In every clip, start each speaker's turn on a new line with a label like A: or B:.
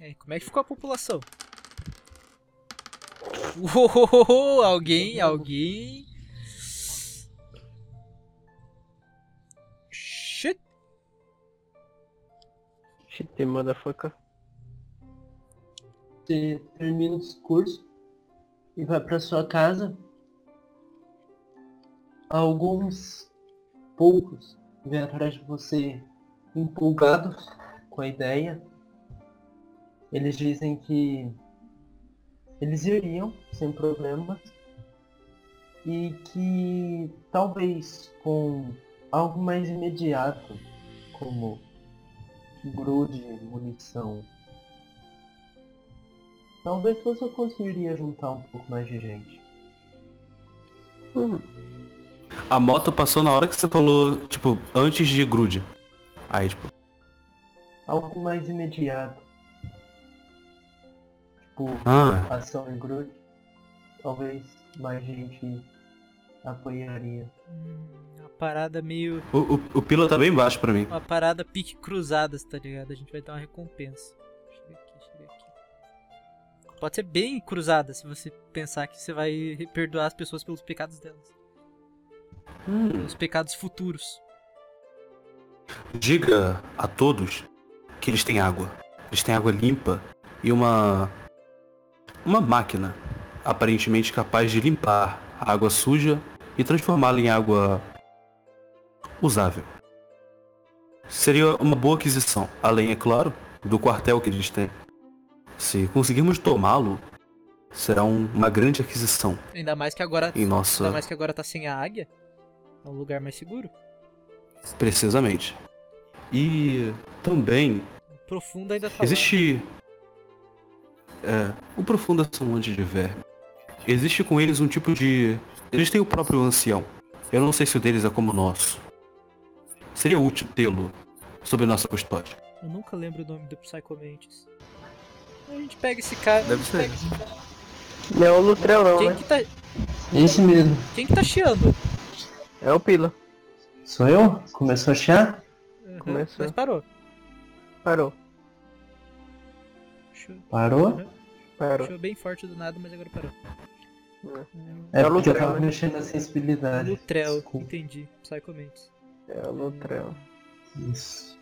A: É, como é que ficou a população? Uou, alguém, alguém. Shit.
B: Shit, motherfucker.
C: Você termina o discurso e vai pra sua casa. Alguns poucos vêm atrás de você empolgados com a ideia. Eles dizem que eles iriam sem problemas e que talvez com algo mais imediato, como grude, munição, talvez você conseguiria juntar um pouco mais de gente.
D: A moto passou na hora que você falou, tipo, antes de grude. Aí, tipo,
C: Algo mais imediato. Tipo,
D: ah,
C: ação e grude, talvez mais gente apoiaria.
A: Uma parada meio.
D: o, o, o pila tá bem baixo pra mim.
A: Uma parada pique cruzadas, tá ligado? A gente vai dar uma recompensa. Deixa eu ver aqui, deixa eu ver aqui. Pode ser bem cruzada se você pensar que você vai perdoar as pessoas pelos pecados delas.
D: Hum,
A: Pelos pecados futuros.
D: diga a todos que eles têm água. Eles têm água limpa e uma. Uma máquina aparentemente capaz de limpar a água suja e transformá-la em água usável. Seria uma boa aquisição, além, é claro, do quartel que eles têm. Se conseguirmos tomá-lo, será um- uma grande aquisição
A: Ainda mais que agora.
D: em
A: Ainda
D: nossa.
A: mais que agora tá sem a águia. É um lugar mais seguro.
D: Precisamente. E também
A: Profundo ainda tá. lá.
D: Existe. É, o profundo é um monte de verme. Existe com eles um tipo de. Eles têm o próprio ancião. Eu não sei se o deles é como o nosso. Seria útil tê-lo sob nossa custódia.
A: Eu nunca lembro o nome do Psychomantis. A gente pega esse cara.
D: Deve
A: a gente
D: ser.
A: pega esse cara.
B: Não é o Lutrel não,
A: Quem
B: né?
A: que tá.
C: Esse mesmo.
A: Quem que tá chiando?
B: É o Pila.
C: Sou eu? Começou a achar?
A: Aham,
B: Começou.
A: Mas parou.
B: Parou,
A: Chiou-
C: Parou?
B: parou.
A: chiou bem forte do nada, mas agora parou.
C: É
B: É o
C: porque eu
B: Lutrel,
C: tava
B: né?
C: mexendo na sensibilidade.
A: Lutrel,
C: Ah, Desculpa.
A: entendi. Psychomantis.
B: É o Lutrel.
C: Isso.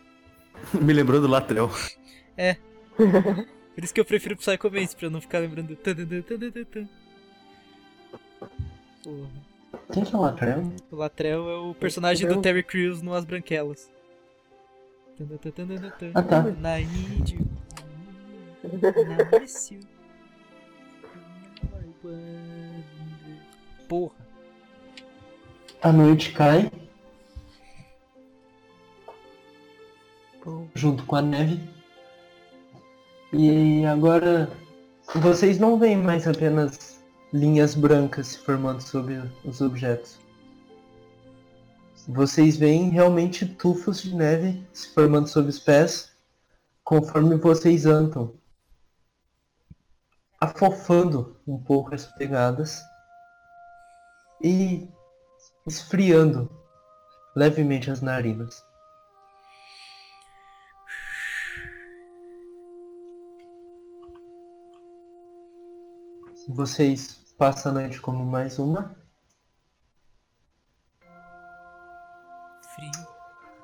D: Me lembrou do Latrel.
A: Por isso que eu prefiro Psychomantis, pra eu não ficar lembrando. tan, tan, tan, tan, tan, tan. Porra.
C: Quem que é o Latrel?
A: O Latrell é o personagem do Terry Crews no As Branquelas. Tan, tan, tan, tan, tan, tan.
C: Ah, tá.
A: Na need you. Na miss you. Now I wonder. Porra.
C: A noite cai. Junto com a neve. E agora vocês não veem mais apenas linhas brancas se formando sobre os objetos. Vocês veem realmente tufos de neve se formando sob os pés conforme vocês andam. Afofando um pouco as pegadas. E esfriando levemente as narinas. Vocês passam a noite como mais uma.
A: Frio.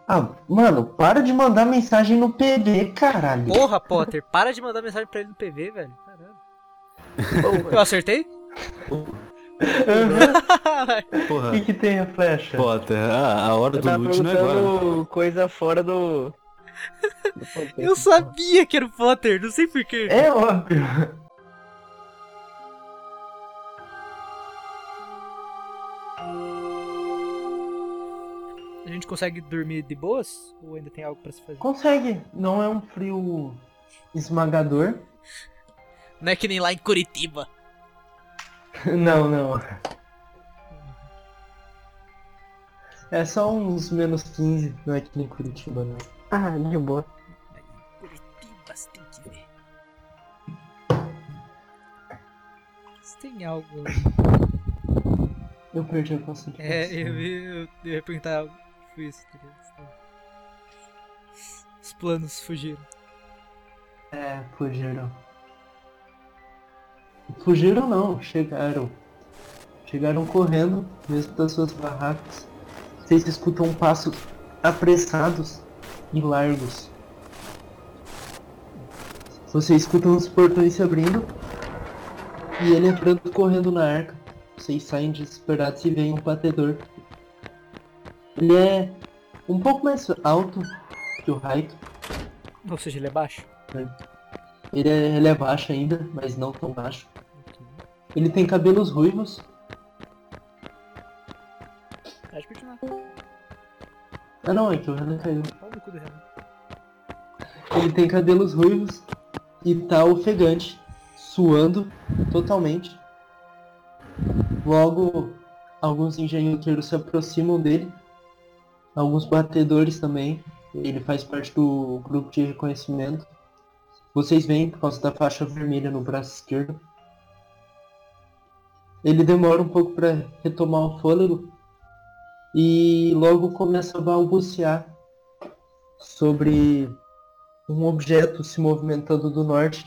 C: Ah, mano, para de mandar mensagem no PV, caralho.
A: Porra, Potter. Para de mandar mensagem pra ele no PV, velho. Caralho. Eu
B: Porra.
A: acertei?
C: O
D: Porra.
C: que, que tem a flecha?
D: Potter, a, a hora
B: Eu
D: do
B: tava
D: loot não é agora.
B: perguntando coisa fora do... do contexto.
A: Eu sabia que era o Potter, não sei porquê.
C: É óbvio.
A: A gente consegue dormir de boas? Ou ainda tem algo pra se fazer?
C: Consegue. Não é um frio esmagador.
A: Não é que nem lá em Curitiba.
C: Não, não. É só uns menos 15, não é que nem Curitiba, não.
B: Ah, de boa.
A: Curitiba, você tem que ver. Se tem algo.
C: Eu perdi a concentração.
A: É, eu, eu, eu ia perguntar algo. Foi tá- isso, tá ligado? Os planos fugiram.
C: É, É, fugiram. Fugiram não, chegaram. Chegaram correndo, mesmo das suas barracas. Vocês escutam passos apressados e largos. Vocês escutam os portões se abrindo e ele entrando correndo na arca. Vocês saem desesperados e veem um batedor. Ele é um pouco mais alto que o Raito.
A: Ou seja, ele é baixo.
C: Ele é, ele é baixo ainda, mas não tão baixo. Ele tem cabelos ruivos.
A: Pode continuar.
C: Ah não, é que o Renan caiu.
A: Pau no cu do Renan.
C: Ele tem cabelos ruivos e tá ofegante, suando totalmente. Logo, alguns engenhoqueiros se aproximam dele, alguns batedores também. Ele faz parte do grupo de reconhecimento. Vocês veem por causa da faixa vermelha no braço esquerdo. Ele demora um pouco para retomar o fôlego e logo começa a balbuciar sobre um objeto se movimentando do norte,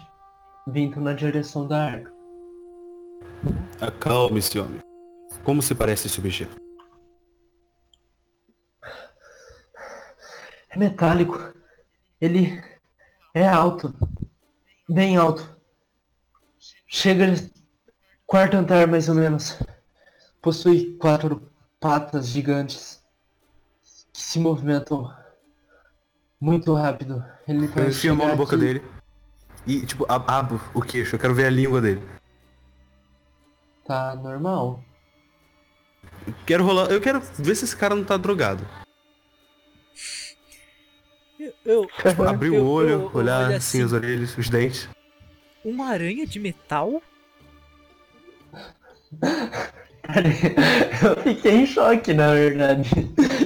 C: vindo na direção da arca.
D: Acalme-se, homem. Como se parece esse objeto?
C: É metálico. Ele é alto. Bem alto. Chega no quarto andar mais ou menos. Possui quatro patas gigantes que se movimentam muito rápido. Ele
D: Eu
C: vai
D: enfio a mão
C: chegar
D: um na boca
C: aqui.
D: dele e, tipo, ab- abro o queixo. Eu quero ver a língua dele.
C: Tá normal.
D: Quero rolar. Eu quero ver se esse cara não tá drogado.
A: Eu, eu-
D: Tipo, abrir
A: Eu-
D: o olho,
A: eu- eu
D: olhar
A: olho
D: assim, as orelhas, os dentes.
A: uma aranha de metal?
C: Cara, eu fiquei em choque, na verdade.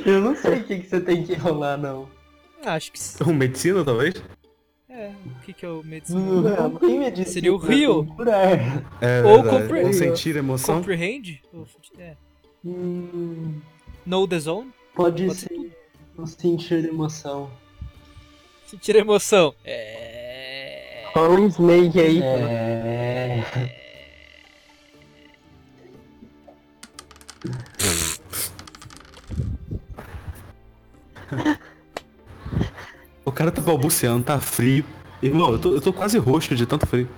C: Eu não sei o que, que você tem que rolar, não.
A: Acho que sim.
D: Um medicina, talvez?
A: É, o que, que é o
D: Hum,
C: Não,
A: medicina?
C: não tem né? medicina.
A: Seria o Rio.
C: pra Curar.
D: É,
A: Ou
D: verdade.
A: compre-
D: Ou sentir emoção.
A: Comprehend? Ou- É.
C: Hum,
A: Know the zone?
C: pode,
A: Pode ser
C: ser não sentir emoção.
A: Sentir emoção. É.
B: Rola um snake aí.
C: É.
D: O cara tá balbuciando, tá frio. Irmão, eu tô, eu tô quase roxo de tanto frio.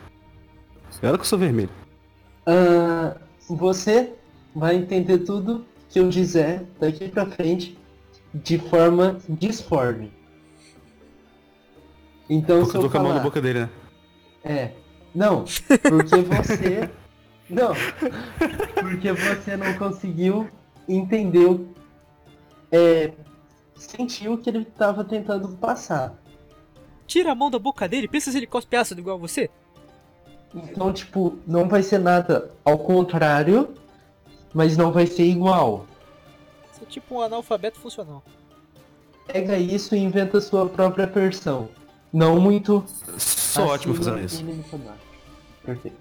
D: E Olha que eu sou vermelho.
C: Ah, você vai entender tudo que eu dizer daqui pra frente de forma disforme. Então,
D: Porque
C: se
D: eu
C: eu
D: tô com a mão na
C: falar...
D: boca dele, né?
C: É. Não, porque você. não. Porque você não conseguiu entender. o- É, sentiu o que ele tava tentando passar.
A: Tira a mão da boca dele, pensa se ele cospe ácido igual a você.
C: Então, tipo, não vai ser nada ao contrário, mas não vai ser igual.
A: Você é tipo um analfabeto funcional.
C: Pega isso e inventa sua própria versão. Não muito.
D: Sou ótimo
C: acima
D: fazendo isso.
C: e nem muito abaixo. Perfeito.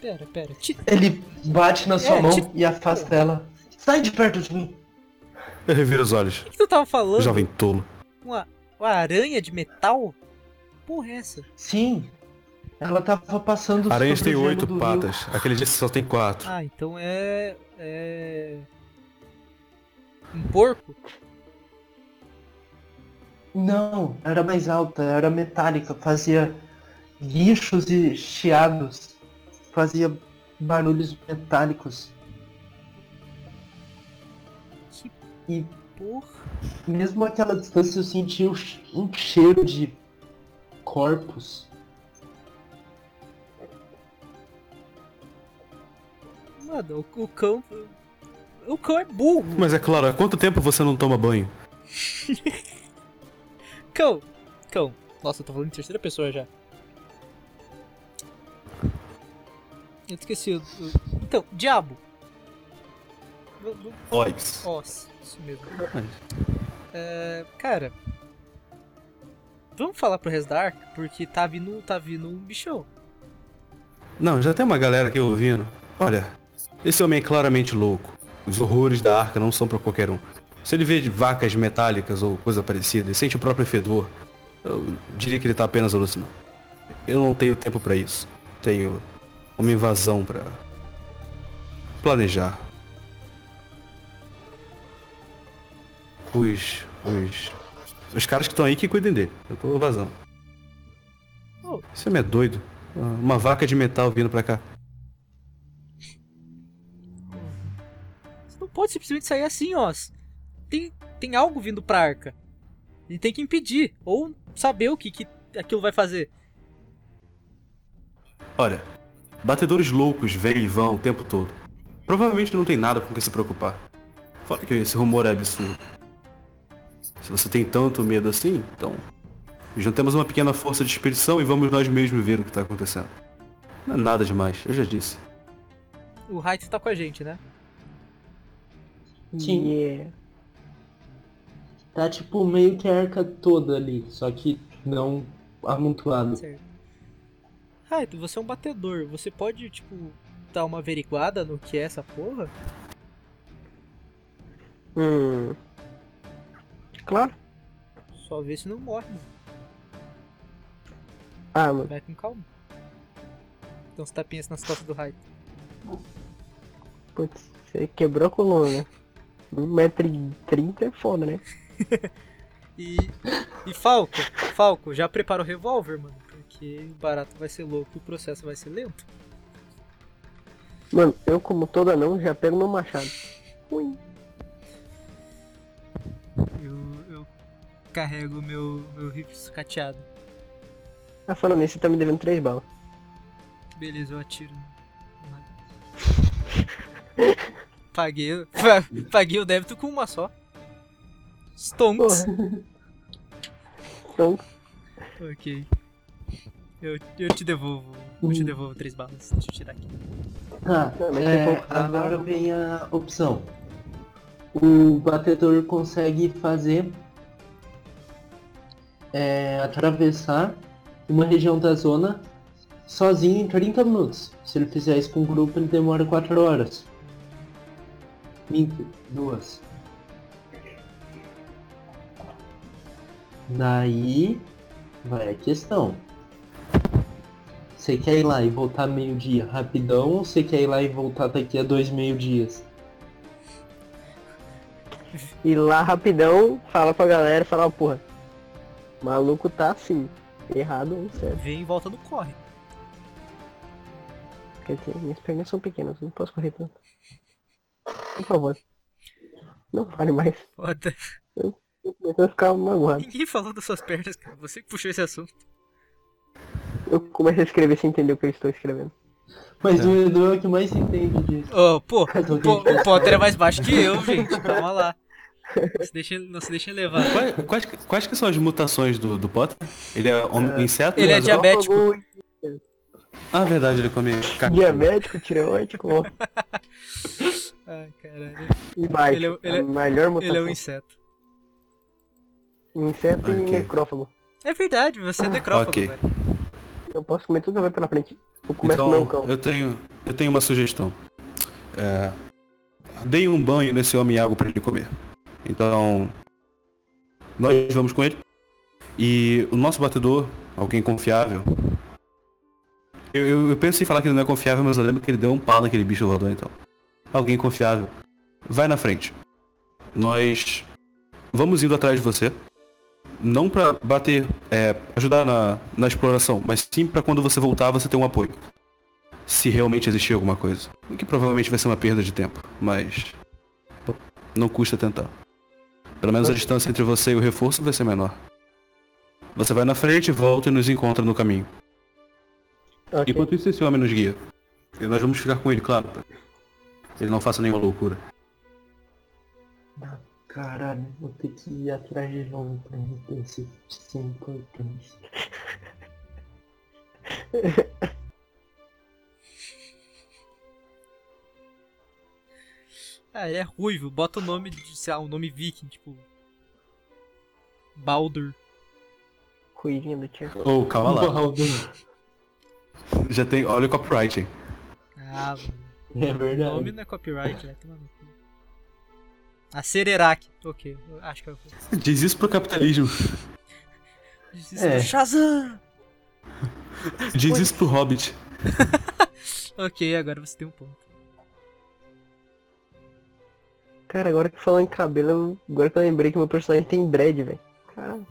A: Pera, pera. Ti-
C: Ele bate na sua
A: É,
C: mão
A: tipo-
C: e afasta ela. Sai de perto de mim!
D: Eu reviro os olhos.
A: O que, que tu tava falando?
D: Jovem tolo.
A: Uma, uma aranha de metal? Porra, é essa?
C: Sim. Ela tava passando
D: Aranhas
C: sobre
D: tem
C: o gelo
D: oito
C: do rio.
D: patas. Aquele dia só tem quatro.
A: Ah, então é. É. Um porco?
C: Não, era mais alta, era metálica, fazia guinchos e chiados, fazia barulhos metálicos.
A: Que
C: E
A: porra.
C: mesmo àquela distância eu senti um che- um cheiro de corpos.
A: Mano, o, o cão. O cão é burro.
D: Mas é claro, há quanto tempo você não toma banho?
A: Cão! Cão. Nossa, eu tô falando em terceira pessoa já. Eu esqueci. o- o- Então, diabo. V- v-
D: Óis.
A: Nossa, isso mesmo. É, cara. Vamos falar pro resto da arca, porque tá vindo, tá vindo um bichão.
D: Não, já tem uma galera aqui ouvindo. Olha, esse homem é claramente louco. Os horrores da arca não são pra qualquer um. Se ele vê de vacas metálicas ou coisa parecida e sente o próprio fedor, eu diria que ele tá apenas alucinando. Eu não tenho tempo pra isso. Tenho uma invasão pra planejar. Os. Os. Os caras que estão aí que cuidem dele. Eu tô vazando. Esse homem é doido. Uma vaca de metal vindo pra cá.
A: Você não pode simplesmente sair assim, ó. Tem, tem algo vindo pra arca. Ele tem que impedir. Ou saber o que, que aquilo vai fazer.
D: Olha, batedores loucos vêm e vão o tempo todo. Provavelmente não tem nada com o que se preocupar. Fora que esse rumor é absurdo. Se você tem tanto medo assim, então. Juntemos uma pequena força de expedição e vamos nós mesmos ver o que está acontecendo. Não é nada demais, eu já disse.
A: O Heights tá com a gente, né?
C: Sim.
B: Yeah.
C: Tá tipo meio que a arca toda ali, só que não amontoado.
A: Certo. Heights, você é um batedor. Você pode, tipo, dar uma averiguada no que é essa porra?
B: Hum. Claro.
A: Só ver se não morre, mano.
B: Ah, mano.
A: Vai com calma. Então você tá pensando nas costas do Heights.
B: Putz, você quebrou a Um coluna. 1,30m é foda, né?
A: E. E Falco, Falco, já prepara o revólver, mano. Porque o barato vai ser louco e o processo vai ser lento.
B: Mano, eu como toda não já pego meu machado. Ui.
A: Eu, eu carrego meu, meu rifle sucateado.
B: Ah, falando nisso, você tá me devendo três balas.
A: Beleza, eu atiro. Paguei, paguei o débito com uma só. Stonks.
B: Porra. Então,
A: Ok. Eu, eu te devolvo. Eu te devolvo três balas. Deixa eu tirar aqui.
C: Ah,
B: Não, mas
C: é,
B: tem pouco-
C: agora vem a opção. O batedor consegue fazer é, atravessar uma região da zona sozinho em 30 minutos. Se ele fizer isso com um grupo, ele demora 4 horas. Minto, duas. Daí vai a questão. Você quer ir lá e voltar meio-dia rapidão ou você quer ir lá e voltar daqui a dois meio-dias?
B: ir lá rapidão, fala pra galera, fala, ó, porra. Maluco tá assim. Errado ou certo.
A: Vem em volta do corre.
B: Quer dizer, minhas pernas são pequenas, não posso correr tanto. Por favor. Não fale mais.
A: Foda.
B: Eu começo a ficar magoado.
A: Ninguém falou das suas pernas, cara. Você que puxou esse assunto.
B: Eu começo a escrever sem entender o que eu estou escrevendo.
C: Mas o Edu é o que mais entende disso.
A: Ô, pô,
C: Caso alguém
A: pô, o
C: tivesse-
A: Potter é mais baixo que eu, gente. Calma lá. Não se deixem, não se deixem levar.
D: Quais, quais, que- quais que são as mutações do, do Potter? Ele é homem inseto?
A: Ele é
D: mas-
A: diabético. Diabético.
B: Algo
D: Ah, verdade, ele come caca.
B: Diabético, tireoide, ó.
A: Ai, caralho.
B: E baixo.
A: Ele é- ele é-
B: a melhor
A: Ele é
B: mutação.
A: um inseto.
B: Inseto e
D: Ok.
B: necrófago.
A: É verdade, você é necrófago,
D: Ok.
A: velho.
B: Eu posso comer tudo que vai pela frente. Eu começo
D: Então,
B: então, meu cão.
D: eu tenho, eu tenho uma sugestão. É, dei um banho nesse homem água pra ele comer. Então, nós vamos com ele. E o nosso batedor, alguém confiável. Eu, eu, eu penso em falar que ele não é confiável, mas eu lembro que ele deu um pau naquele bicho voador, então. Alguém confiável. Vai na frente. Nós vamos indo atrás de você. Não pra bater, é, ajudar na, na exploração, mas sim pra quando você voltar você ter um apoio. Se realmente existir alguma coisa. O que provavelmente vai ser uma perda de tempo, mas. pô, Não custa tentar. Pelo menos a distância entre você e o reforço vai ser menor. Você vai na frente, volta e nos encontra no caminho.
B: Ok.
D: Enquanto isso, esse homem nos guia. E nós vamos ficar com ele, claro. pra- Ele não faça nenhuma loucura.
C: Caralho, vou ter que ir atrás de novo pra mim ter esse esse importante.
A: Ah, ele é ruivo. Bota o nome de, sei lá, um nome viking, tipo. Baldur.
B: Cuidinho do tio.
D: Ô, calma lá.
C: Baldo.
D: Já tem. Olha o copyright, hein?
A: Ah, mano.
C: É
A: O nome
C: verdade.
A: não é copyright, né? Toma no cu. A Cererac. Ok, eu acho que eu
D: Diz isso pro capitalismo.
A: desisto.
C: É.
A: Shazam!
D: Diz isso pro Hobbit.
A: Ok, agora você tem um ponto.
B: Cara, agora que falando em cabelo, eu- agora que eu lembrei que meu personagem tem dread, velho. Caralho,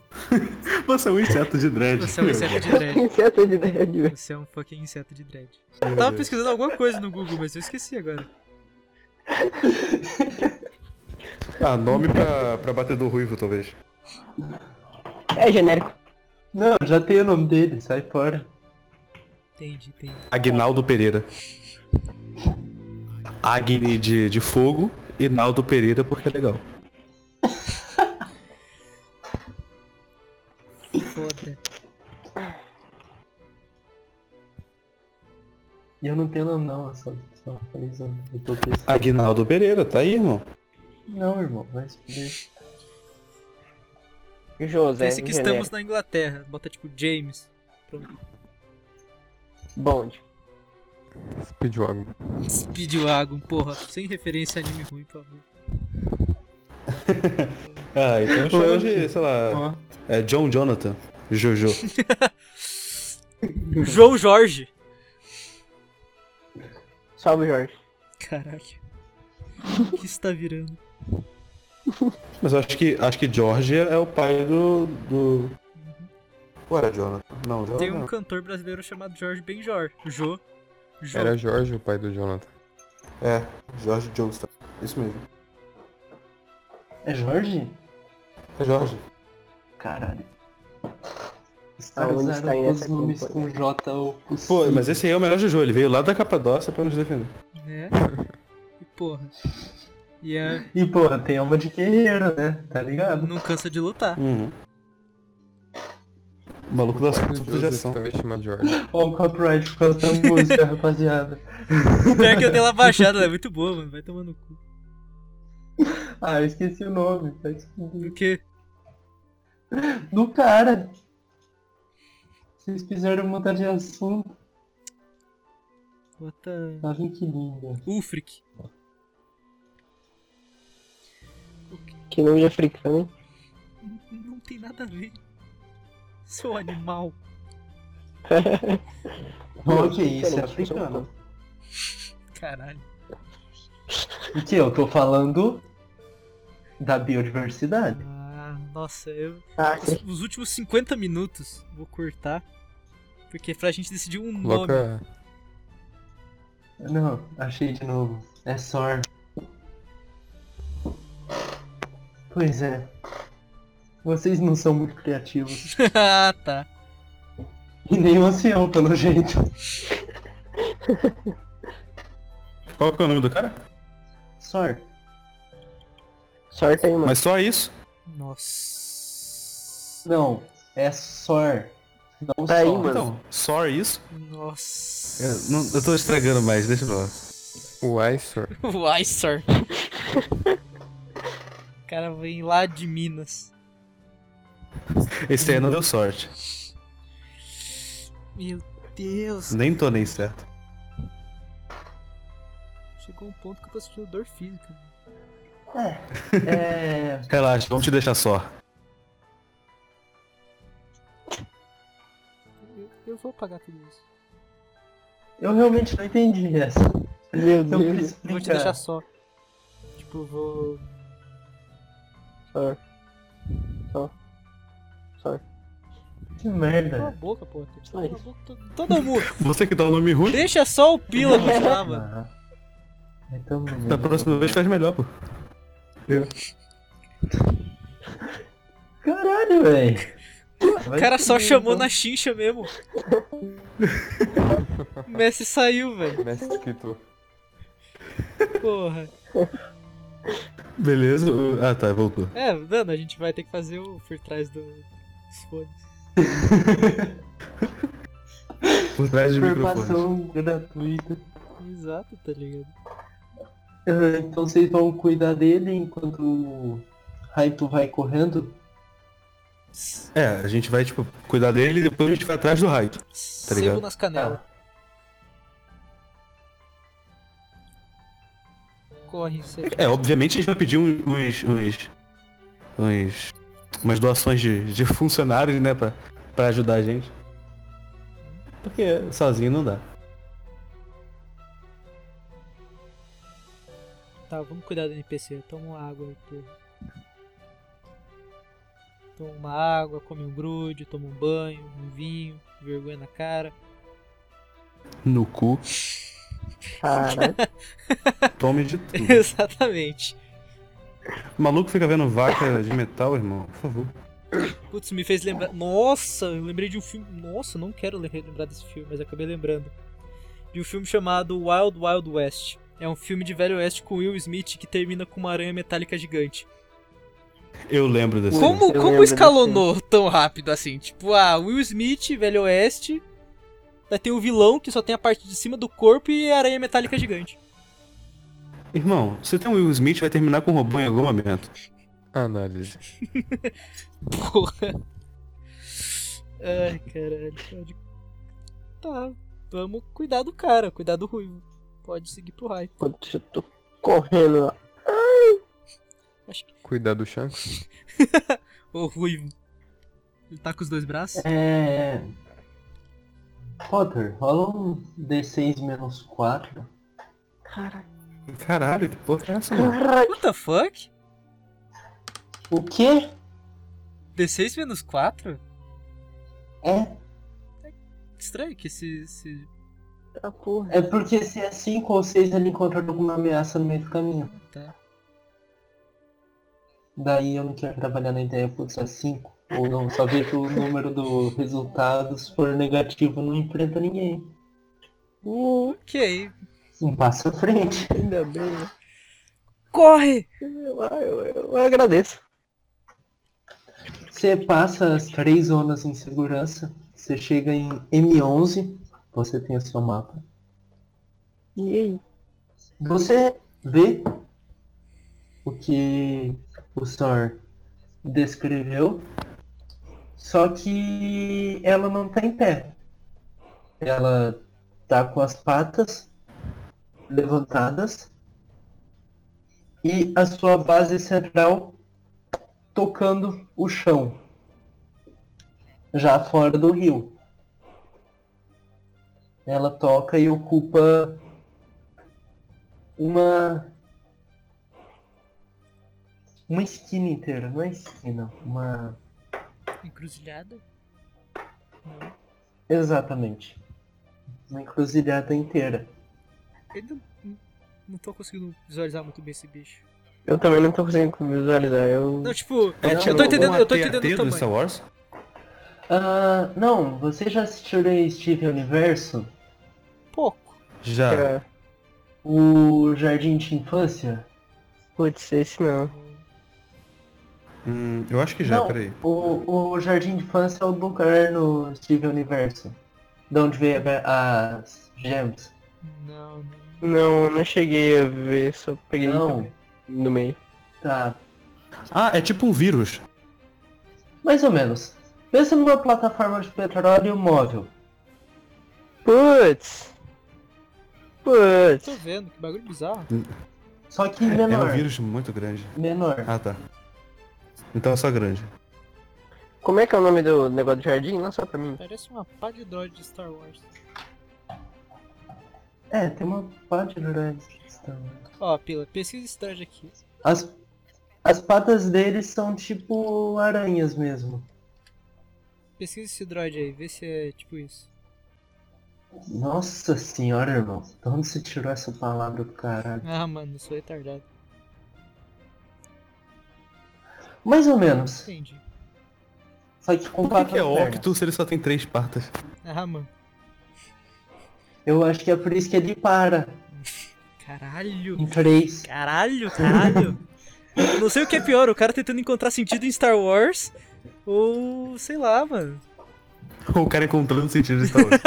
D: Você é um inseto de né? dread.
A: Você é um inseto de dread.
B: tem certa de dread, velho.
A: Você é um fucking inseto de dread. Eu tava pesquisando alguma coisa no Google, mas eu esqueci agora.
E: Ah, nome pra, pra batedor ruivo, talvez.
B: É genérico.
C: Não, já tem o nome dele, sai fora.
A: Entendi, entendi.
E: Agnaldo Pereira.
D: Agni de, de fogo e Naldo Pereira porque é legal.
A: Foda.
C: E eu não tenho nome não, eu só, só falei isso, eu tô pensando.
D: Agnaldo Pereira, tá aí, irmão.
C: Não, irmão, vai se fuder.
B: José,
A: Pense que estamos
B: genérico.
A: na Inglaterra. Bota tipo James. Pronto.
B: Bond.
E: Speedwagon.
A: Speedwagon, porra. Sem referência a anime ruim, por favor.
D: Ah, então eu chamo de, sei lá,
C: Ó,
D: é John Jonathan. Jojo.
A: João Jorge.
B: Salve, Jorge.
A: Caralho. O que está virando?
D: Mas eu acho que acho que George é o pai do. do... Ou era Jonathan? Não, Jonathan.
A: Tem um
D: não.
A: cantor brasileiro chamado Jorge Benjor. Jo. Jo.
E: Era Jorge o pai do Jonathan.
D: É, Jorge Joestar. Isso mesmo.
C: É Jorge?
D: É Jorge.
C: Caralho. Estaram
B: Aonde está
C: todos os
B: tá essa
C: nomes com
B: campanha?
C: J ou
D: Pô, mas esse aí é o melhor Jojo, ele veio lá da Capadócia pra nos defender.
A: Né? E porra. E é,
C: E porra, tem alma de guerreiro, né? Tá ligado?
A: não cansa de lutar.
D: Uhum. O maluco das contas de
E: Joseph
D: ação.
E: também chamado Jorge.
C: Ó o copyright por causa da música, rapaziada.
A: Pior que eu dei ela baixada, ela é muito boa, mano. Vai tomando cu.
C: Ah, eu esqueci o nome, tá se fuder.
A: Do que?
C: Do cara. Vocês fizeram mudar de assunto.
A: Bota.
C: Olha que lindo.
A: Ulfric.
B: Que nome de africano, hein?
A: Não tem nada a ver. Seu animal.
C: Ok, isso é
B: diferente,
C: africano.
A: Caralho.
C: O que? Eu tô falando da biodiversidade.
A: Ah, nossa, eu.
B: Ah,
A: os- Os últimos 50 minutos, vou cortar. Porque pra gente decidir um nome.
F: é
E: Coloca.
C: Não, achei de novo. É SOR. Pois é. Vocês não são muito criativos.
A: ah, tá.
C: E nem o ancião, pelo jeito.
D: Qual que é o nome do cara?
C: SOR.
B: sorte aí, mano.
D: Mas só isso?
A: Nossa.
C: Não, é SOR. Não
B: Tá aí,
C: SOR.
B: mano.
D: Então, só isso?
A: Nossa.
D: Eu, É, não- eu tô estragando mais, deixa eu falar.
E: O Isor.
A: Uai, sir. O cara vem lá de Minas.
D: Esse aí não deu sorte.
A: Meu Deus.
D: Nem tô nem certo.
A: Chegou um ponto que eu tô sentindo dor física.
C: É.
D: Relaxa, vamos te deixar só.
A: Eu, eu vou pagar tudo isso.
C: Eu realmente não entendi essa.
B: Meu
C: Eu
B: Deus.
C: preciso
A: Eu vou te
C: explicar.
A: deixar só. Tipo, eu vou.
B: Sorry.
C: Que
A: Cala a
C: merda.
A: boca, pô. Cala
B: Sai.
A: a boca to- todo mundo.
D: Você que dá o nome ruim,
A: Deixa só o Pila continuar, mano.
C: Ah. Então,
D: da próxima vez faz melhor, pô.
C: Caralho, velho.
A: O cara só chamou na chincha mesmo. O Messi saiu, velho.
E: Mestre escritor.
A: Porra.
D: Beleza? o- Ah tá, voltou.
A: É, Dano, a gente vai ter que fazer o por trás do- dos fones.
D: Por trás do microfone.
C: Informação gratuita.
A: Exato, tá ligado?
C: Ah, Então vocês vão cuidar dele enquanto o Raito vai correndo?
D: É, a gente vai, tipo, cuidar dele e depois a gente vai atrás do raio.
A: Sebo
D: ligado?
A: nas canelas. socorre. Você...
D: É, obviamente a gente vai pedir uns. uns, uns, uns- umas doações de, de funcionários, né? Pra, pra ajudar a gente. Porque sozinho não dá.
A: Tá, vamos cuidar do NPC. Toma uma água aí, porra. Toma uma água, come um grude, toma um banho, um vinho, vergonha na cara.
D: No cu,
B: Cara,
D: tome de tudo.
A: Exatamente.
D: O maluco fica vendo vaca de metal, irmão. Por favor.
A: Putz, me fez lembrar. Nossa, eu lembrei de um filme. Nossa, eu não quero le- lembrar desse filme, mas acabei lembrando. De um filme chamado Wild Wild West. É um filme de Velho Oeste com Will Smith que termina com uma aranha metálica gigante.
D: Eu lembro desse.
B: Putz,
A: Como,
B: eu
A: como
B: lembro
A: escalonou tão rápido assim? Tipo, ah, Will Smith, Velho Oeste. Daí tem o vilão que só tem a parte de cima do corpo e a aranha metálica gigante.
D: Irmão, você tem um Will Smith, vai terminar com um robô em algum momento.
E: Análise.
A: Porra. Ai, caralho. pode- Tá, vamos cuidar do cara, cuidar do ruivo. Pode seguir pro raio.
B: enquanto eu tô correndo lá.
E: Cuidar do Shanks.
A: Ô, ruivo. Ele tá com os dois braços?
C: É. Potter, rola um D6 menos 4.
D: Caralho, que porra é essa, mano?
B: Caralho,
A: What the fuck?
C: O quê?
A: D6 menos 4?
C: É,
A: Estranho que esse, esse.
B: tá porra.
C: é porque se é 5 ou 6 ele encontra alguma ameaça no meio do caminho.
A: Tá.
C: Daí eu não quero trabalhar na ideia, putz, é 5. Ou não, só ver que o número do resultado, se for negativo, não enfrenta ninguém.
B: Uh,
A: Ok.
C: Um passo à frente.
B: ainda bem. né?
A: Corre!
B: Eu, eu, eu agradeço.
C: Você passa as três zonas em segurança. Você chega em M11. Você tem o seu mapa.
B: E aí?
C: Você vê o que o Sor descreveu. Só que ela não tá em pé. Ela tá com as patas levantadas. E a sua base central tocando o chão. Já fora do rio. Ela toca e ocupa uma uma esquina inteira, não é esquina, uma
A: Encruzilhada?
C: exatamente uma encruzilhada inteira.
A: Eu não, não tô conseguindo visualizar muito bem esse bicho.
B: Eu também não tô conseguindo visualizar. Eu.
A: Não, tipo,
D: É
A: eu tô entendendo, eu tô entendendo o
D: do Star
A: tamanho.
D: Wars?
C: Ah, não, você já assistiu a Steve Universo,
A: Pouco. É.
D: Já.
B: Cara,
C: o Jardim de Infância?
B: putz, esse não.
D: Hum, eu acho que já,
C: não,
D: peraí.
C: O, o Jardim de Infância é o lugar no Steve Universo, de onde veio a- as gems.
A: Não, não.
B: Não, eu não cheguei a ver, só peguei
C: Não,
B: no meio.
C: tá,
D: Ah, é tipo um vírus.
C: mais ou menos. Pensa numa plataforma de petróleo móvel.
B: Putz!
A: Tô
B: Putz!
A: vendo, que bagulho bizarro.
C: Só que
D: É
C: menor.
D: um vírus muito grande.
C: Menor.
D: Ah, tá. Então é só grande.
B: Como é que é o nome do negócio do jardim? Não só pra mim.
A: Parece uma pá de droid de Star Wars.
C: É, tem uma parte grande. que estão-
A: Ó, Pila, pesquisa esse droid aqui.
C: As, as patas deles são tipo aranhas mesmo.
A: Pesquisa esse droid aí, vê se é tipo isso.
C: Nossa senhora, irmão. De onde você tirou essa palavra do caralho?
A: Ah, mano, eu sou retardado.
C: Mais ou menos.
A: Entendi.
C: Só que com
D: Por que,
C: quatro
D: que é
C: pernas.
D: Octo se ele só tem três patas?
A: Ah, mano.
C: Eu acho que é por isso que ele para.
A: Caralho.
C: Em três.
A: Caralho, caralho. Não sei o que é pior, o cara tentando encontrar sentido em Star Wars ou sei lá, mano.
D: Ou o cara encontrando sentido de Star Wars?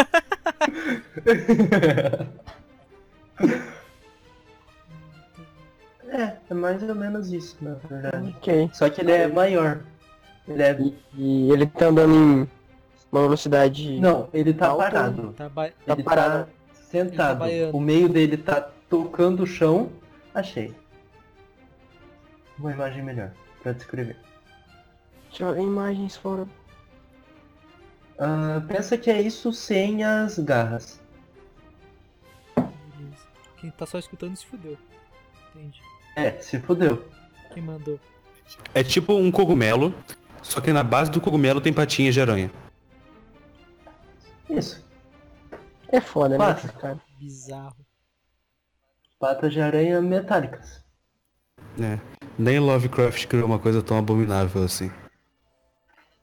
C: É, é mais ou menos isso, na verdade.
B: Ok.
C: Só que ele é maior. Ele é.
B: E, e ele tá andando em uma velocidade.
C: Não, ele tá
B: Alto.
C: parado.
A: Tá ba...
B: Tá
C: Ele
B: parado.
C: tá sentado.
A: Ele tá baiano.
C: o meio dele tá tocando o chão Achei. Uma imagem melhor pra descrever.
B: Joga imagens fora.
C: Ah, pensa que é isso sem as garras.
A: Beleza. Quem tá só escutando se fudeu. Entendi.
C: É, se fodeu.
A: Quem mandou?
D: É tipo um cogumelo, só que na base do cogumelo tem patinhas de aranha.
C: Isso.
B: É foda, né,
C: Passa.
B: cara?
A: Bizarro.
C: Patas de aranha metálicas.
D: É. Nem Lovecraft criou uma coisa tão abominável assim.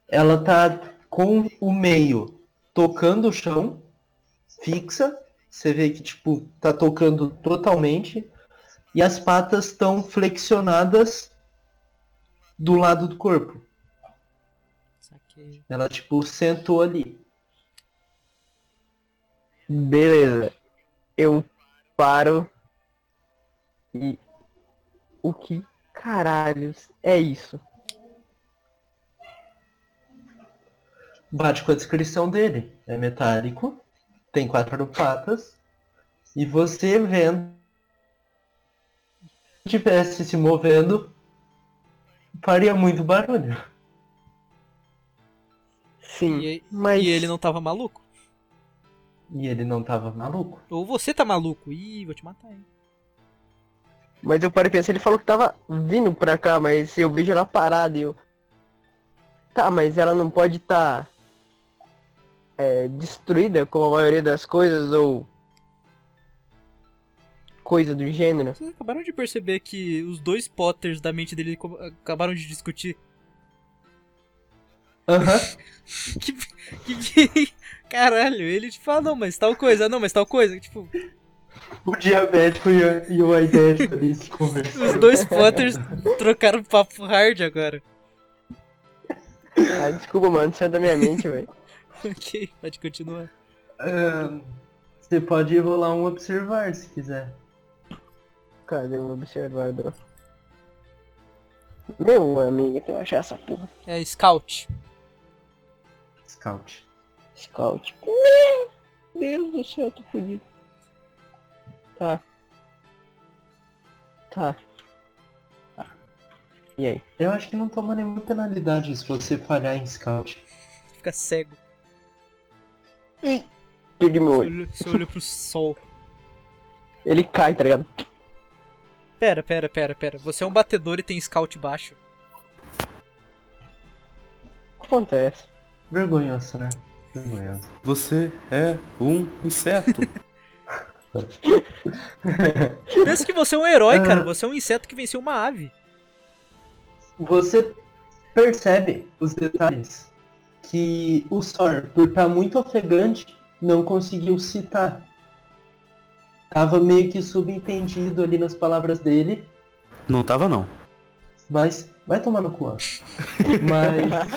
C: Ela tá com o meio tocando o chão, fixa. Você vê que, tipo, tá tocando totalmente. E as patas estão flexionadas do lado do corpo.
A: Saquei.
C: Ela, tipo, sentou ali.
B: Beleza. Eu paro. E. O que caralhos é isso?
C: Bate com a descrição dele. É metálico, tem quatro patas. E você vendo. Se tivesse se movendo, faria muito barulho.
B: Sim,
A: E,
B: mas.
A: e ele não tava maluco?
C: E ele não tava maluco.
A: Ou você tá maluco? Ih, vou te matar, hein?
B: Mas eu parei e pensei, ele falou que tava vindo pra cá, mas eu vejo ela parada e eu. Tá, mas ela não pode estar destruída como a maioria das coisas ou coisa do gênero.
A: Vocês acabaram de perceber que os dois Potters da mente dele co- acabaram de discutir?
C: Aham.
A: Que, que- que- caralho, ele tipo, ah não, mas tal coisa, ah, não, mas tal coisa. Tipo,
C: O diabético e, a- e o idético ali se conversando.
A: os dois Potters trocaram papo hard agora.
B: Ah, desculpa, mano, saiu da minha mente, velho.
A: Ok, pode continuar.
C: Ahn, você pode rolar um observar se quiser.
B: Cadê o observador? Meu amigo, se eu achar essa porra.
A: É Scout.
C: Scout.
B: Scout. Meu Deus do céu, eu tô fudido. Tá. Tá. E aí?
C: Eu acho que não toma nenhuma penalidade se você falhar em Scout.
A: Fica cego.
B: Perdi meu
A: Você
B: olho.
A: olha, você olha pro sol.
B: Ele cai, tá ligado?
A: Pera, pera, pera, pera. Você é um batedor e tem Scout baixo.
B: Acontece.
C: Vergonhoso, né? Vergonhoso.
D: Você é um inseto.
A: Pensa que você é um herói,
C: Ah.
A: cara. Você é um inseto que venceu uma ave.
C: Você percebe os detalhes que o Sor, por estar muito ofegante, não conseguiu citar. Tava meio que subentendido ali nas palavras dele,
D: não tava não.
C: mas vai tomar no cu. ó. Mas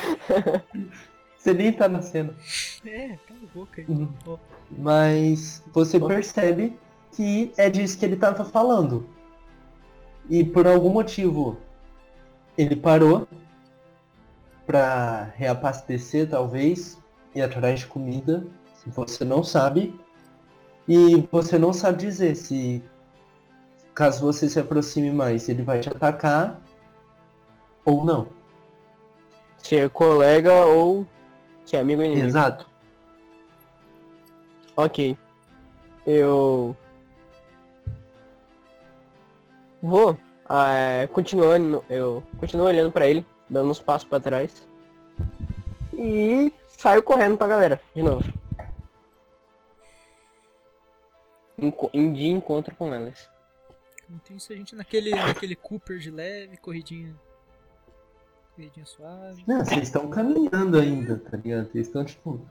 C: você nem tá na cena.
A: É, cala a boca aí.
C: Mas você percebe que é disso que ele tava falando. E por algum motivo ele parou pra reabastecer talvez e atrás de comida, se você não sabe. E você não sabe dizer se caso você se aproxime mais, ele vai te atacar ou não.
B: Se é colega ou se é amigo ou inimigo.
C: Exato.
B: Ok. Eu. Vou. ah, é, continuando, eu continuo olhando pra ele, dando uns passos pra trás. E saio correndo pra galera, de novo. Enco- Em dia encontro com elas.
A: Não tem isso a gente naquele, naquele Cooper de leve, corridinha. Corridinha suave.
C: Não, vocês estão caminhando ainda, tá ligado? Vocês estão tipo.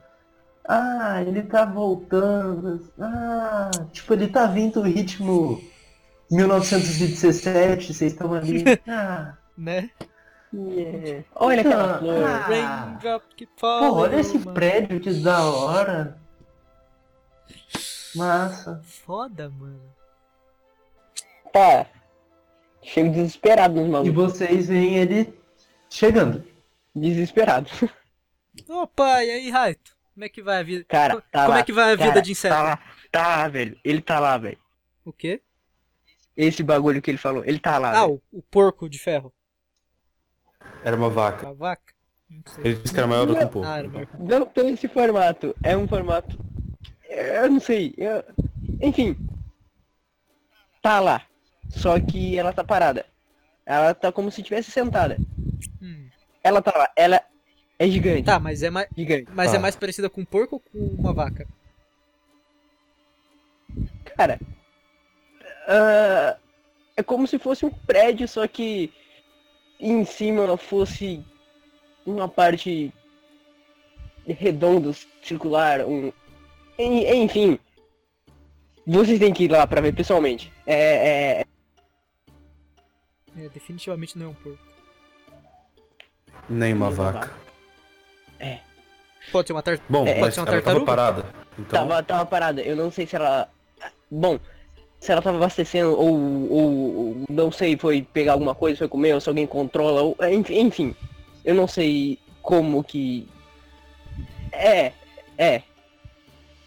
C: Ah, ele tá voltando. Ah, tipo, ele tá vindo o ritmo 1917, vocês estão ali. Ah,
A: Né?
B: Yeah. Olha aquela flor.
C: Ah.
A: Raindrop que fala.
C: pô, olha esse
A: mano.
C: prédio que da hora. Massa.
A: Foda, mano.
B: Tá. Chego desesperado nos
C: E
B: malucos.
C: vocês veem ele chegando.
B: Desesperado.
A: Opa, e aí, Raito? Como é que vai a vida?
B: Cara,
A: Co-
B: tá
A: Como
B: lá,
A: é que vai a vida
B: cara,
A: de inseto?
B: Tá lá, tá lá, velho. Ele tá lá, velho.
A: O quê?
B: Esse bagulho que ele falou. Ele tá lá.
A: Ah,
B: velho.
A: o, o porco de ferro.
D: Era uma vaca.
A: A vaca. Não sei.
D: Ele disse que era maior do que um porco.
A: Ah, era maior.
B: Não tem esse formato. É um formato. é, Eu não sei. eu- Enfim. Tá lá. Só que ela tá parada. Ela tá como se estivesse sentada.
A: Hum.
B: Ela tá lá. Ela é gigante.
A: Tá, mas é mais,
B: Gigante.
A: mas
D: Tá.
A: é mais parecida com um porco ou com uma vaca?
B: Cara. ah, é como se fosse um prédio, só que em cima fosse uma parte redonda, circular, um. en- Enfim. Vocês têm que ir lá pra ver pessoalmente. É, é,
A: É, definitivamente não é um porco.
D: Nem uma
B: Nenhuma
D: vaca.
A: Pode ser uma tartaruga.
D: Bom,
B: É,
D: mas
A: é uma
D: ela tava
A: tartaruga?
D: parada. Então,
B: Tava, tava parada, eu não sei se ela. Bom, se ela tava abastecendo ou, ou, ou não sei, foi pegar alguma coisa, foi comer, ou se alguém controla, ou. Enfim, enfim. eu não sei como que. É, é.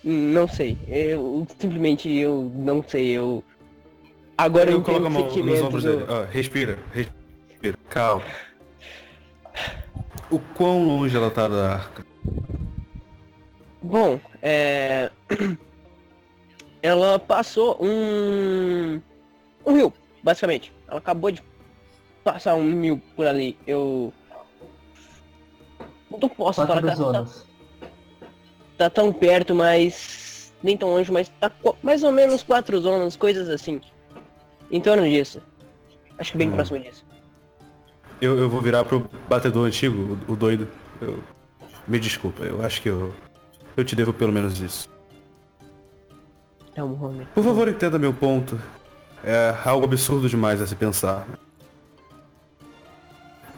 B: Não sei. Eu simplesmente eu não sei, eu. Agora eu,
D: eu coloco a
B: entendo o
D: mão nos
B: sentimento
D: ombros
B: do-
D: dele. Ah, respira, respira. Calma. O quão longe ela tá da arca?
B: Bom, é. Ela passou um. Um rio, basicamente. Ela acabou de passar um rio por ali. Eu. Não posso falar
C: Quatro
B: que ela tá,
C: zonas.
B: tá tão perto, mas. Nem tão longe, mas tá co- mais ou menos quatro zonas, coisas assim. Em torno disso. Acho que bem
D: Hum.
B: próximo disso.
D: Eu, eu vou virar pro batedor antigo, o, o doido. Eu- me desculpa, eu acho que eu. Eu te devo pelo menos isso.
B: É um homem.
D: Por favor, entenda meu ponto. É algo absurdo demais a se pensar.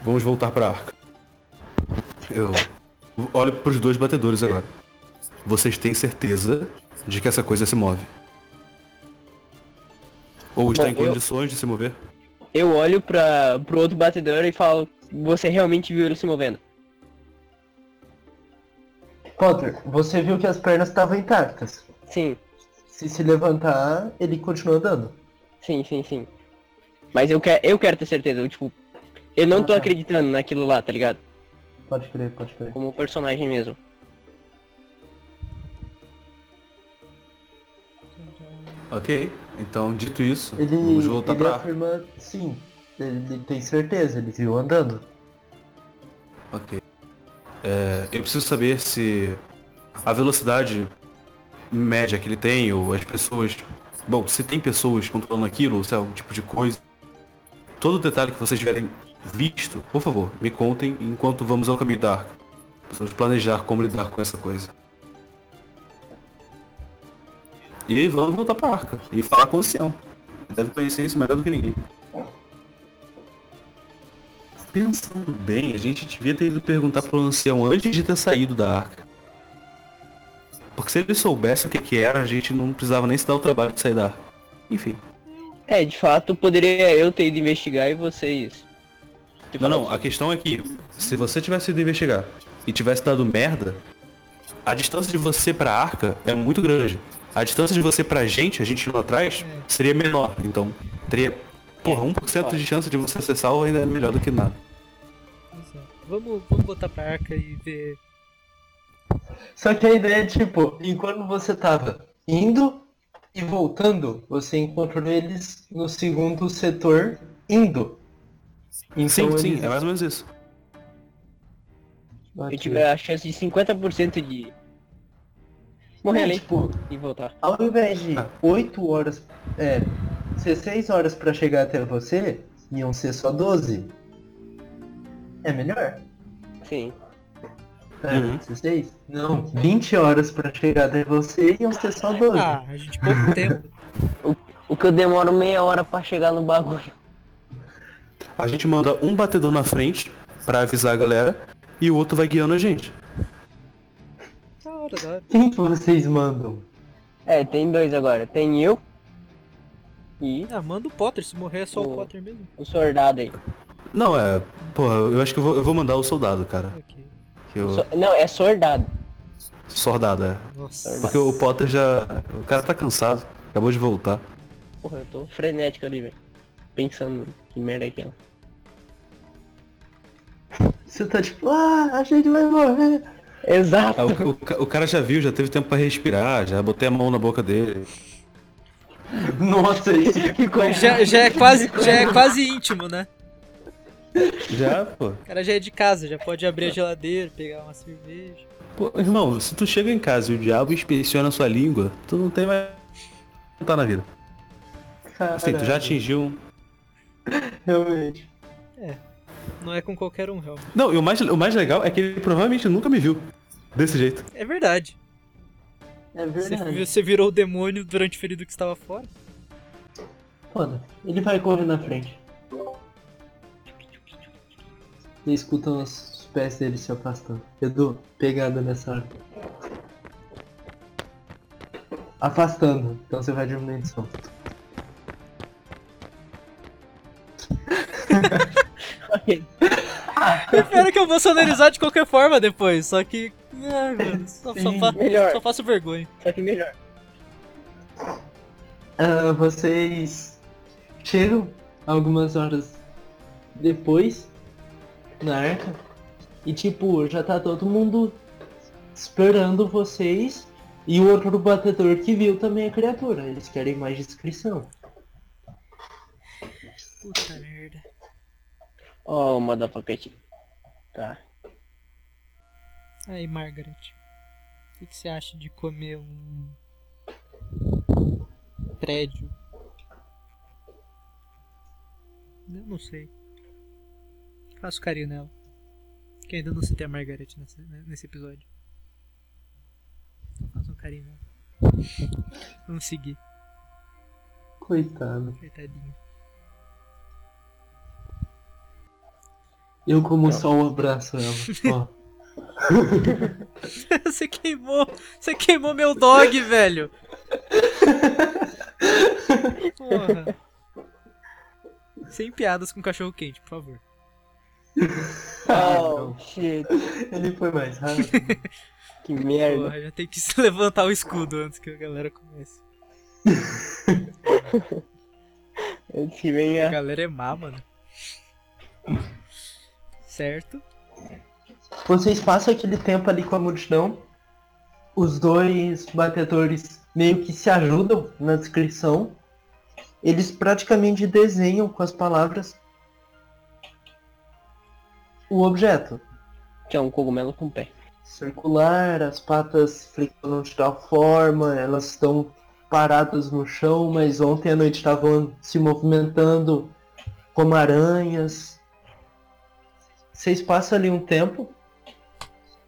D: Vamos voltar pra arca. Eu olho pros dois batedores agora. Vocês têm certeza de que essa coisa se move? Ou está
B: Bom,
D: em
B: eu-
D: condições de se mover?
B: Eu olho pra, pro outro batedor e falo: Você realmente viu ele se movendo?
C: Potter, você viu que as pernas estavam intactas.
B: Sim.
C: Se se levantar, ele continua andando.
B: Sim, sim, sim. Mas eu, que, eu quero ter certeza, eu, tipo, eu não tô
C: Ah, tá.
B: acreditando naquilo lá, tá ligado?
C: Pode crer, pode crer.
B: Como personagem mesmo.
D: Ok, então dito isso,
C: Ele,
D: vamos voltar
C: ele
D: pra arca.
C: afirma sim. Ele, ele tem certeza, ele viu andando.
D: Ok. É, eu preciso saber se a velocidade média que ele tem, ou as pessoas. Bom, se tem pessoas controlando aquilo, ou se é algum tipo de coisa. Todo detalhe que vocês tiverem visto, por favor, me contem enquanto vamos ao caminho da arca. Precisamos planejar como lidar com essa coisa. E vamos voltar pra arca e falar com o ancião. Ele deve conhecer isso melhor do que ninguém. Pensando bem, a gente devia ter ido perguntar pro ancião antes de ter saído da arca. Porque se ele soubesse o que, que era, a gente não precisava nem se dar o trabalho de sair da arca. Enfim.
B: É, de fato, poderia eu ter ido investigar e vocês.
D: Não, não, a questão é que se você tivesse ido investigar e tivesse dado merda, a distância de você pra arca é muito grande. A distância de você pra gente, a gente lá atrás, seria menor. Então, teria, porra, 1% de chance de você ser salvo ainda é melhor do que nada.
A: Pois é. Vamos, vamos botar pra arca e ver.
C: Só que a ideia é tipo, enquanto você tava indo e voltando, você encontrou eles no segundo setor indo. Então
D: Sim, sim,
C: eles-
D: é mais ou menos isso.
B: Eu tive a chance de 50% de morrer ali
C: Tipo,
B: e voltar.
C: ao invés de
D: Ah.
C: 8 horas, é, 16 horas pra chegar até você, iam ser só 12. É melhor?
B: Sim.
C: É,
D: Uhum.
C: 16? Não, 20 horas pra chegar até você, iam ser só 12.
A: Ah, a gente pouco tempo.
B: O que eu demoro meia hora pra chegar no bagulho.
D: A gente manda um batedor na frente pra avisar a galera e o outro vai guiando a gente.
A: Da hora, da hora.
C: Quem que vocês mandam?
B: É, tem dois agora. Tem eu e
A: Ah, manda o Potter, se morrer é só o
B: Pô.
A: Potter mesmo.
B: o soldado aí.
D: Não, é. Porra, eu acho que eu vou, eu vou mandar o soldado, cara.
A: Ok.
D: Que eu,
B: So- não, é soldado.
D: soldado, é.
A: Nossa.
D: Porque o Potter já. O cara tá cansado, acabou de voltar.
B: Porra, eu tô frenético ali, velho. Pensando que merda é aquela.
C: Você tá tipo, ah, a gente vai morrer.
B: Exato.
D: Ah, o, o ca- o cara já viu, já teve tempo pra respirar, já botei a mão na boca dele.
C: Nossa, isso.
B: Que coisa.
A: Já, já é quase, já é quase íntimo, né?
D: Já, pô.
A: O cara já é de casa, já pode abrir a geladeira, pegar uma cerveja.
D: Pô, irmão, se tu chega em casa e o diabo inspeciona a sua língua, tu não tem mais. Não tá na vida. Assim, tu já atingiu um.
C: Realmente.
A: Não é com qualquer um, realmente.
D: Não, e o mais, o mais legal é que ele provavelmente nunca me viu. Desse jeito.
A: É verdade.
C: É
A: Você,
C: verdade.
A: você virou o demônio durante o período que estava fora.
C: Foda. Ele vai correr na frente. E escutam os pés dele se afastando. Edu, pegada nessa arma. Afastando. Então você vai diminuindo o som.
A: Espero que eu vou sonorizar de qualquer forma depois, só que. Ai, mano, só, só, fa-
B: Melhor.
A: só faço vergonha.
B: Só que melhor.
C: Ah, vocês chegam algumas horas depois na arca e tipo, já tá todo mundo esperando vocês e o outro batedor que viu também é a criatura. Eles querem mais descrição.
A: Puta merda.
B: Ó, oh, motherfucker. Tá.
A: Aí, Margaret. O que, que você acha de comer um. prédio? Eu não sei. Faço carinho nela. Que ainda não citei a Margaret nessa- né, nesse episódio. Então faço um carinho nela. Vamos seguir,
C: Coitado.
A: coitadinho.
C: Eu como sol abraço ela. Ó.
A: você queimou. Você queimou meu dog, velho. Porra. Sem piadas com cachorro quente, por favor.
C: Ah,
B: Oh, shit.
C: Ele foi mais rápido.
B: Que merda.
A: Porra, já tem que se levantar o escudo antes que a galera comece.
B: Eu tirei
A: A
B: a...
A: galera é má, mano. Certo?
C: Vocês passam aquele tempo ali com a multidão. Os dois batedores meio que se ajudam na descrição. Eles praticamente desenham com as palavras o objeto.
B: Que é um cogumelo com pé.
C: Circular, as patas flexionam de tal forma, elas estão paradas no chão, mas ontem à noite estavam se movimentando como aranhas. Vocês passam ali um tempo,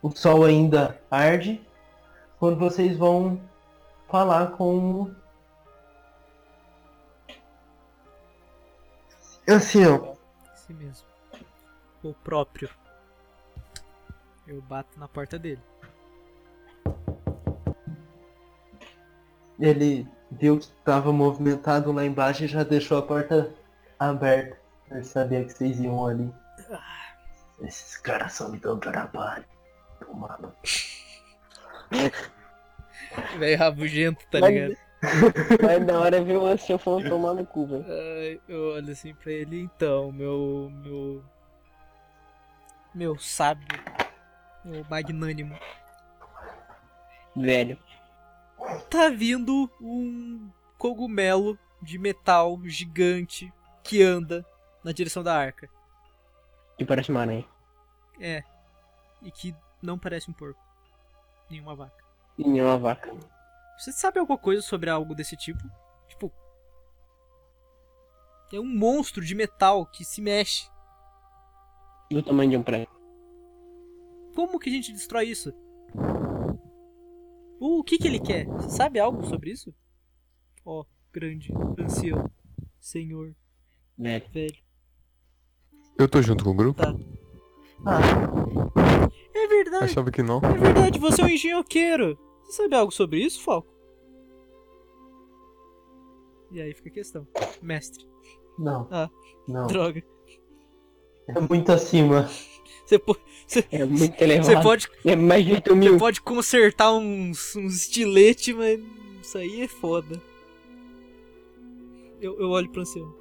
C: o sol ainda arde, quando vocês vão falar com. o- Assim, ó.
A: Esse mesmo. O próprio. Eu bato na porta dele.
C: Ele viu que estava movimentado lá embaixo e já deixou a porta aberta. Ele sabia que vocês iam ali. Esses caras só me dão trabalho. Tomando.
A: Velho rabugento, tá
B: Mas-
A: ligado?
B: Mas da hora viu assim, eu falando tomar no cu, velho.
A: Ai, eu olho assim pra ele, então, meu. meu. meu sábio. meu magnânimo.
B: Velho.
A: tá vindo um cogumelo de metal gigante que anda na direção da arca.
B: Que parece uma aranha.
A: É. E que não parece um porco. Nenhuma vaca.
B: E nem uma vaca.
A: Você sabe alguma coisa sobre algo desse tipo? Tipo. É um monstro de metal que se mexe.
B: Do tamanho de um prédio.
A: Como que a gente destrói isso? Uh, o que que ele quer? Você sabe algo sobre isso? Ó, grande, ancião, senhor,
B: Velho.
A: velho.
F: Eu tô junto com o grupo?
A: É verdade.
F: Achava que não.
A: É verdade, você é um engenhoqueiro. Você sabe algo sobre isso, Falco? E aí fica a questão. Mestre,
C: Não.
A: Ah.
C: Não.
A: droga.
C: É muito acima.
A: Você, po-
B: É muito
A: você
B: elevado.
A: pode,
B: É mais de 8
A: você
B: mil.
A: pode consertar uns, uns estilete, mas isso aí é foda. eu, eu olho pro ancião.